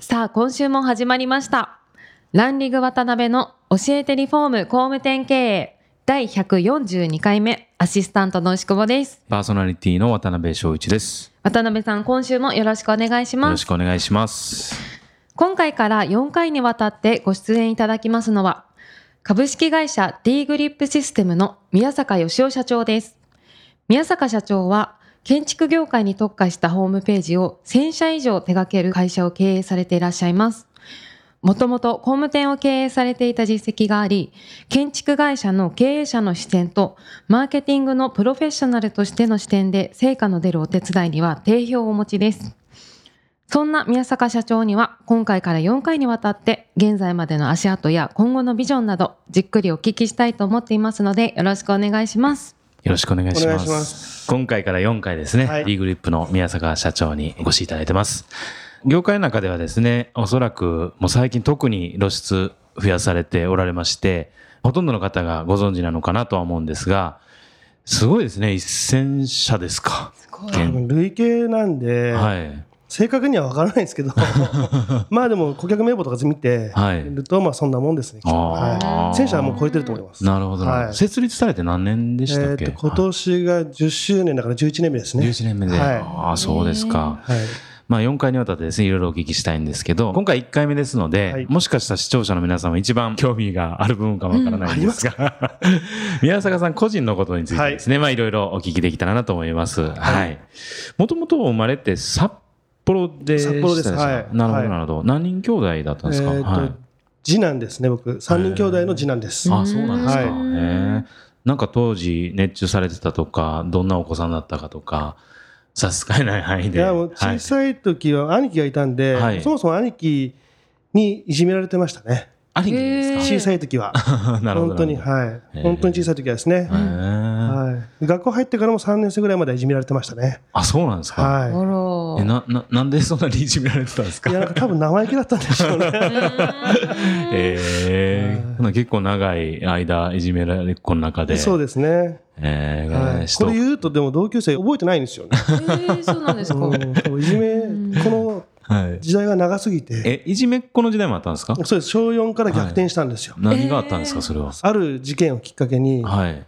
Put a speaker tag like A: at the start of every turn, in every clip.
A: さあ今週も始まりました。ランリグ渡辺の教えてリフォーム工務店経営第142回目アシスタントの牛久保です。
B: パーソナリティの渡辺翔一です。
A: 渡辺さん今週もよろしくお願いし
B: よ
A: ま
B: ろ
A: す
B: し。くお願いします。
A: 今回から4回にわたってご出演いただきますのは、株式会社 D グリップシステムの宮坂義雄社長です。宮坂社長は、建築業界に特化したホームページを1000社以上手掛ける会社を経営されていらっしゃいます。もともと工務店を経営されていた実績があり、建築会社の経営者の視点と、マーケティングのプロフェッショナルとしての視点で成果の出るお手伝いには定評をお持ちです。そんな宮坂社長には今回から4回にわたって現在までの足跡や今後のビジョンなどじっくりお聞きしたいと思っていますのでよろしくお願いします。
B: よろしくお願いし
C: お
B: ま
C: 願い
B: す。
C: しま
B: 今回から4回ですね、
C: はい
B: D グリップの宮坂社長にお越しいただいてます。業界の中ではですね、おそらくもう最近特に露出増やされておられまして、ほとんどの方がご存知なのかなとは思うんですが、すごいですね、1000社ですか。
A: すご
B: い
C: 多分累計なんで、
B: はい。
C: 正確には分からないんですけど まあでも顧客名簿とか見て
B: はい
C: ると、まあそんなもんですね、きっと
B: あー
C: はい、1000社はもう超えてると思います。
B: なるほどな、
C: はい
B: 設立されて何年でしたっけ、
C: えーと今年が10周年だから11年目ですね。
B: 11年目で。
C: はい
B: ああ、そうですか。
C: はい、
B: まあ4回にわたってですね、いろいろお聞きしたいんですけど、今回1回目ですので、
C: はい
B: もしかしたら視聴者の皆さんも一番興味がある部分かもわからないんですが、 宮坂さん個人のことについてですね、まあいろいろお聞きできたらなと思います。はい。もともと生まれて札幌でした
C: 札幌です
B: か
C: はい
B: なるほ
C: は
B: ど、
C: い
B: なるほど。何人兄弟だったんですか、
C: えーと
B: はい。
C: 次男ですね、僕。三人兄弟の次男です。
B: あ、そうなんですか。
C: はい
B: へえなんか当時熱中されてたとか、どんなお子さんだったかとか、差し支えない範囲
C: い
B: で。
C: や、もう
B: は
C: 小さい時は兄貴がいたんで、
B: はい
C: そもそも兄貴にいじめられてましたね。
B: 兄貴です
C: 小さい時は。
B: か なるほど。
C: 本当に、
B: なる
C: はい。
B: ー
C: 本当に小さい時はですね。
B: ほどへえ
C: はい、学校入ってからも3年生ぐらいまではいじめられてましたね。
B: あ、そうなんですか。
C: は
A: お
B: え、な、な、なんでそんなにいじめられてたんです
C: い。いや、
B: か。
C: なんか多分生意気だったんでしょ うね。
B: え
C: は
B: え、ほな結構長い間いじめられっ子の中で。
C: そう
B: で
C: ですね。
B: ええ、
C: はい、
B: し
C: ことれ言うと、でも同級生覚えてないんですよね。
A: そうなんですか。
C: うん多分いじめ、この
B: はい。
C: 時代が長すぎて。
B: え、いじめっ子の時代もあったんですか。
C: そうです。小4から逆転したんですよ。
B: 何があったんですか、それは。
C: ある事件をきっかけに、
B: はい。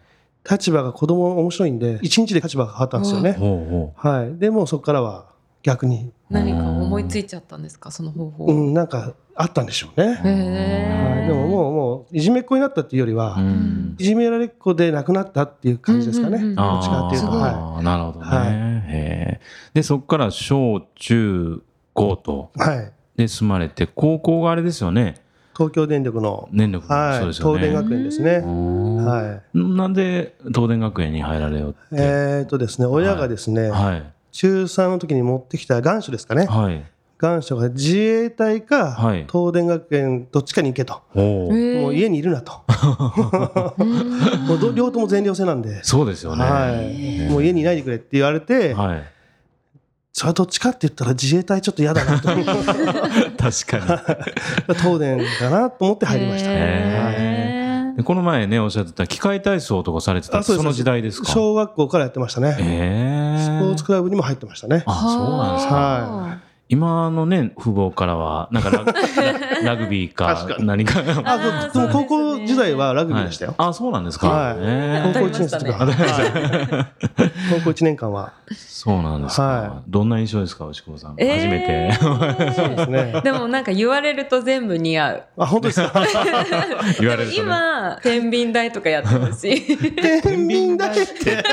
C: 立場が子供面白いんで、1日で立場が変わったんですよね。
B: ほうほ
C: はい。でもうそこからは逆に、
A: 何か思いついちゃったんですかその方法。
C: う
A: へ
C: ん、なんかあったんでしょうね。
A: え
C: はい、でももう、もう、いじめっ子になったっていうよりは、
B: う。うん。
C: いじめられっ子で亡くなったっていう感じですかね。
A: うんうんうん
C: どっちかっていうと。
A: あー
C: はい
B: あーなるほどね。
C: はい
B: へえで、そこから小中高と。
C: はい、
B: で、住まれて、高校があれですよね。
C: 東京電力の、
B: 年力。
C: はい
B: そうですよ
C: 東電
B: ね。
C: 学園ですね。
B: うん
C: は
B: なんで東電学園に入られようっ
C: い、
B: て、
C: えっ、とですね、親がですね、
B: はい
C: 中3の時に持ってきた願書ですかね、
B: はい
C: 願書が自衛隊か、
B: はい
C: 東電学園、どっちかに行けと、
B: おー
C: もう家にい るなと、もうど両方とも全寮制なんで、
B: そうですよねは
C: はい、もう家にいないでくれって言われて、
B: い、
C: それはどっちかって言ったら、自衛隊ちょっと嫌だ なと、
B: 確か
C: 東電かなと思って入りました。
B: へにでこの前ねおっしゃってた機械体操とかされてた
C: あそう
B: そ
C: です
B: の時代ですか
C: 小学校からやってましたね、
B: ええ
C: スポーツクラブにも入ってましたね。
B: あそうなんですか
C: は
B: 今のね父母からはなんかラグ ラグビーか
C: 確かに
B: 何か
A: あ
C: あ
A: ー
C: で
A: そ
C: も高
A: うです
C: 校
A: ね
C: 時代はラグビーでしたよ。
B: はいあそうなんですか、
C: はい
B: え
C: 高
B: え
C: 校1年生とか、高校1年間は、
B: そうなんですか、
C: は
B: どんな印象ですか牛久さん、
D: えー
B: 初めて
C: ですね。
D: でもなんか言われると全部似合う。
C: あ、本当ですか。
B: 言わ
D: でも
B: れると、ね、
D: 今、天秤台とかやってるし、
C: 天秤台って、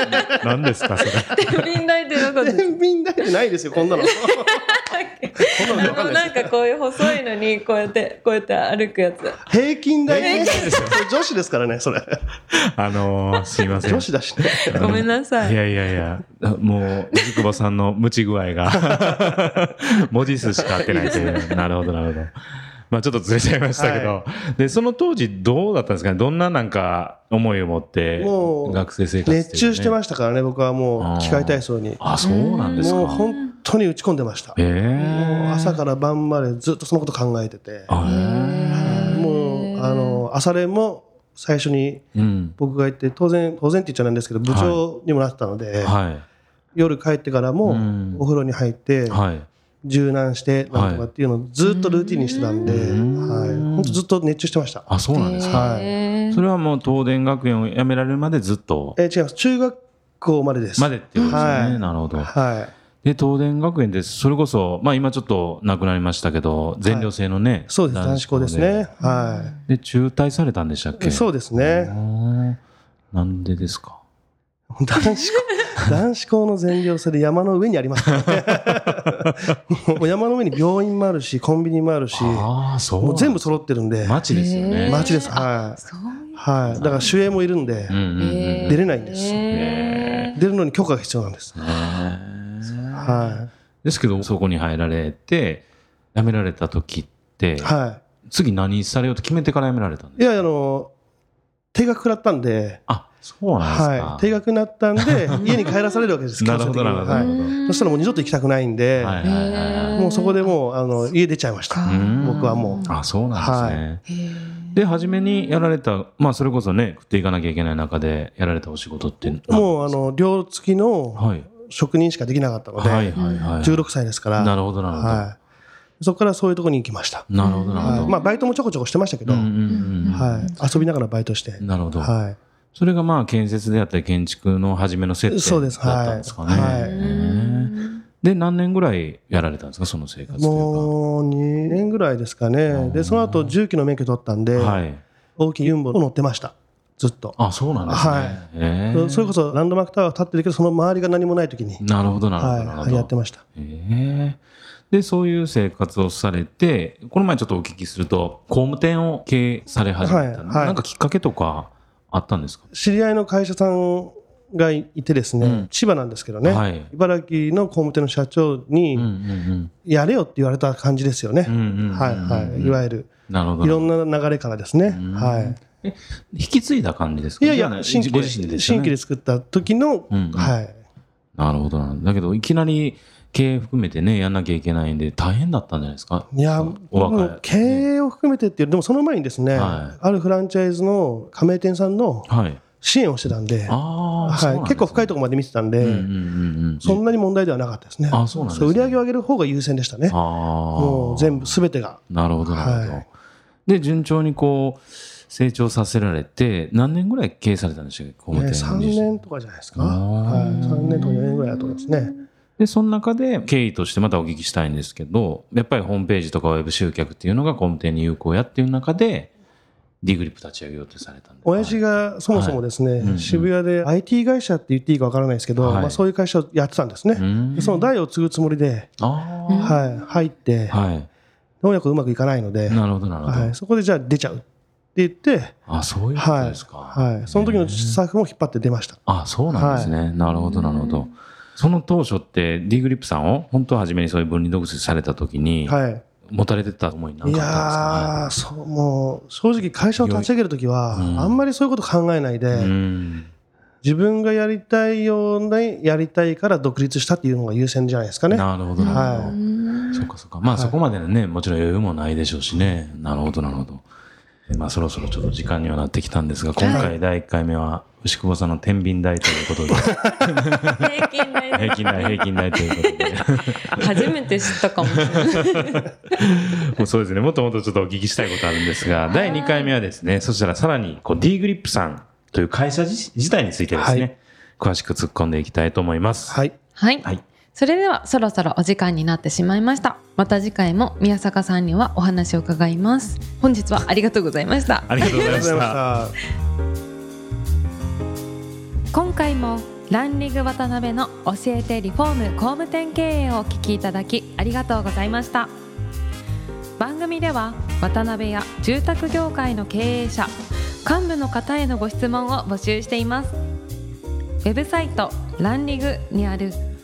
B: 何ですかそれ
D: 天 秤台ってなんか、
C: 天秤台ってないですよ、こんなの。こんなのわ
D: あ
C: か
D: の
C: んな
D: ないん
C: で
D: かこういう細いのにこうやって、こうやって歩くやつ。
C: す。平均台ね。
B: 平
C: それ女子ですからね、それ。
B: あのーすいません
C: 女子だしね。
D: ごめんなさ
B: い
D: い。
B: やいやいや、もう、藤久保さ んのムチ具合が、文字数しか合ってないという。なるほど、なるほど。まあちょっとずれちゃいましたけど、で、その当時どうだったんですかねどんななんか思いを持って、
C: もう
B: 学生生活っていうね
C: 熱中してましたからね、僕はもう機械体操に。
B: あ、そうなんですか。
C: もう本当に打ち込んでました。
B: ええ
C: もう朝から晩までずっとそのこと考えてて。
B: あ
A: へー
C: もう、あの、朝練も最初に
B: えうん。
C: 僕が行って、当然、当然って言っちゃなんですけど、部長にもなってたので、
B: は
C: 夜帰ってから
B: い。
C: も、
B: うん
C: お風呂に入って、
B: はい。
C: 柔軟してなんとかっていうのをずっとルーティンにしてたんで、はい、
B: うん
C: 本当ずっと熱中してました。
B: あ、そうなんですか。
C: はい
A: い
B: それはもう東電学園を辞められるまでずっと、
C: えー違います。中学校までです。
B: までっていうことですよ
C: は
B: ね。
C: い
B: なるほど。
C: は
B: で、東電学園で、それこそ、まあ今ちょっと亡くなりましたけど、全寮制のね、
C: い。そうです。男子校ですね。は
B: で。で、中退されたんでしたっ
C: い。
B: け
C: そううですね。
B: ね。なんでですか
C: 男子校、男子校の全寮制で山の上にありますからねもう山の上に病院もあるし、コンビニもあるし、も
B: ああ、そう。
C: う全部揃ってるんで、
B: 街ですよ
A: へ
B: ね。
A: ー
C: 街です。はい。
A: そういう
C: はい。だから主演もいるんで
B: うん、うんうん。
A: へー
C: 出れないんです
A: へー
C: 出るのに許可が必要なんです。
B: ね
C: は
B: ですけど、そこに入られて、辞められた時って
C: い。、はい。
B: 次何されようと決めてから辞められたん
C: い
B: ですか
C: や、あの、定額食らったんで、
B: あ、そうなんですか。
C: はい。定額になった んで、家に帰らされるわけです、
B: なるほど
C: 強制的
B: なるほど
C: に
B: なるほど
C: はいそしたらもう二度と行きたくないんで、
B: はいはいはいはい
C: もうそこでもう、あの、家出ちゃいまし
A: う
C: た。
B: ん
C: 僕はもう
B: あ、そうなんですね。
A: へー
B: で、初めにやられた、まあ、それこそね、食っていかなきゃいけない中でやられたお仕事って、
C: もう、あの、寮付きの
B: はい。
C: 職人しかできなかったの
B: は
C: で
B: い、はいはい。
C: 16歳ですから。
B: なるほど、なるほど。
C: はい。そこからそういうところに行きました。
B: なるほど、なる
C: は
B: ほ
C: い。
B: ど。
C: まあ、バイトもちょこちょこしてましたけど、
B: うんう
C: はい。
B: んうん
C: 遊びながらバイトして。
B: なるほど。
C: は
B: それがまあ、建設であったり、建築の初めの接点
C: い。そうです。
B: だったん
C: は
B: ですか
C: い。は
B: ね。
C: い。
B: ねで、何年ぐらいやられたんですか、その生活という
C: もう2年ぐらいですかね。で、その後、重機の免許取ったんで、
B: か。はい。
C: 大きいユンボを乗ってました。ずっと。
B: あ、そうなんですね。
C: はい
B: ええ
C: それこそランドマークタワー立ってるけど、その周りが何もないときに、
B: なるほど、なるほど、なる
C: は
B: ほ
C: い、
B: ど。
C: やってました。
B: ええで、そういう生活をされて、この前ちょっとお聞きすると、工務店を経営され始めた、
C: はいはい
B: なんかきっかけとかあったんですか
C: 知り合いの会社さんがいてですね、
B: うん
C: 千葉なんですけどね、
B: はい
C: 茨城の工務店の社長
B: うんう
C: に、
B: ん
C: やれよって言われた感じですよね。
B: うん。うんうんうん
C: はいはい。いわゆる、
B: なるほど。
C: いろんな流れからですね。
B: ん
C: は
B: 引き継いだ感じです
C: い。
B: か
C: いやいや
B: じゃあ、
C: 新規
B: ご
C: で、
B: 自身でした
C: 新規で
B: ね。
C: 作った時の、
B: うんうん
C: はい。
B: なるほどな。だけど、いきなり経営含めてね、やんなきゃいけないんで、大変だったんじゃないですか
C: いや、
B: お
C: も
B: 若
C: う
B: い。
C: 経営を含めてっていう、でもその前にですね、
B: はい
C: あるフランチャイズの加盟店さんの
B: はい。
C: 支援をしてたんで、
B: ああ、
C: はい、結構深いと
B: こ
C: ころまで見てたんで、
B: うんうんうんうん。
C: そんなに問題ではなかったですね。
B: あそうなんですね
C: 売り上げを上げる方が優先でしたね。
B: ああ。
C: もう全部、すべてが。
B: なるほど、なるほど。
C: はい
B: で、順調にこう、成長させられて、何年ぐらい経営されたんでしたっけ、工
C: ね、
B: 務店
C: 3
B: 自身
C: 年とかじゃないですか。
B: あー
C: はい、3年とか4年ぐらいだと思いますね。
B: で、その中で、経緯としてまたお聞きしたいんですけど、やっぱりホームページとかウェブ集客っていうのが工務店に有効やっていう中で、D グリップ立ち上げようとされたんで。
C: 親父
B: が。
C: がそもそもですね、
B: うんうん
C: 渋谷で IT 会社って言っていいかわからないですけど、
B: はい
C: まあ、そういう会社をやってたんですね。
B: うん
C: でその代を継ぐつもりで、
B: あ
C: はい、入って、
B: あ。はい。
C: 農薬うまくいかないので、
B: なるほど、なるほど。
C: はい、そこでじゃあ出ちゃうって言って、
B: あ、そういうこと
C: はい
B: ですか。
C: はい、その時のスタッフも引っ張って出ました。
B: あ、そうなんですね。なるほど、なるほど。その当初って、D グリップさんを、本当は初めにそういう分離独自された時に、
C: はい
B: 持たれてた思いなん
C: い
B: かあ
C: や
B: っ
C: ーそうもう正直会社を立ち上げるときは
B: うん
C: あんまりそういうこと考えないで、
B: たんですか、うん
C: 自分がやりたいようにやりたいから独立したっていうのが優先じゃないですかね。
B: なるほどなるほど、
C: は
B: そうかそうかまあそこまでのねもちろん余裕もないでしょうしねなるほどなるほどえまあそろそろちょっと時間にはなってきたんですが今回第1回目は牛久保さんの天秤台という ことで
D: 平均台
B: 平均台平均台ということで
D: 初めて知ったかもしれない。
B: もうそうですねもっともっとちょっとお聞きしたいことあるんですが第2回目はですねそしたらさらにこう D グリップさんという会社自自体についてですね、詳しく突っ込んでいきたいと思います。
C: はい、
A: はい、
B: はい
A: それではそろそろお時間になってしまいましたまた次回も宮坂さんにはお話を伺います本日はありがとうございました
B: ありがとうござい
C: あ
B: ま
C: りがとうござい
B: し。
C: ましたた。
A: 今回もランリング渡辺の教えてリフォーム工務店経営をお聞きいただきありがとうございました番組では渡辺や住宅業界の経営者幹部の方へのご質問を募集していますウェブサイトランリグにある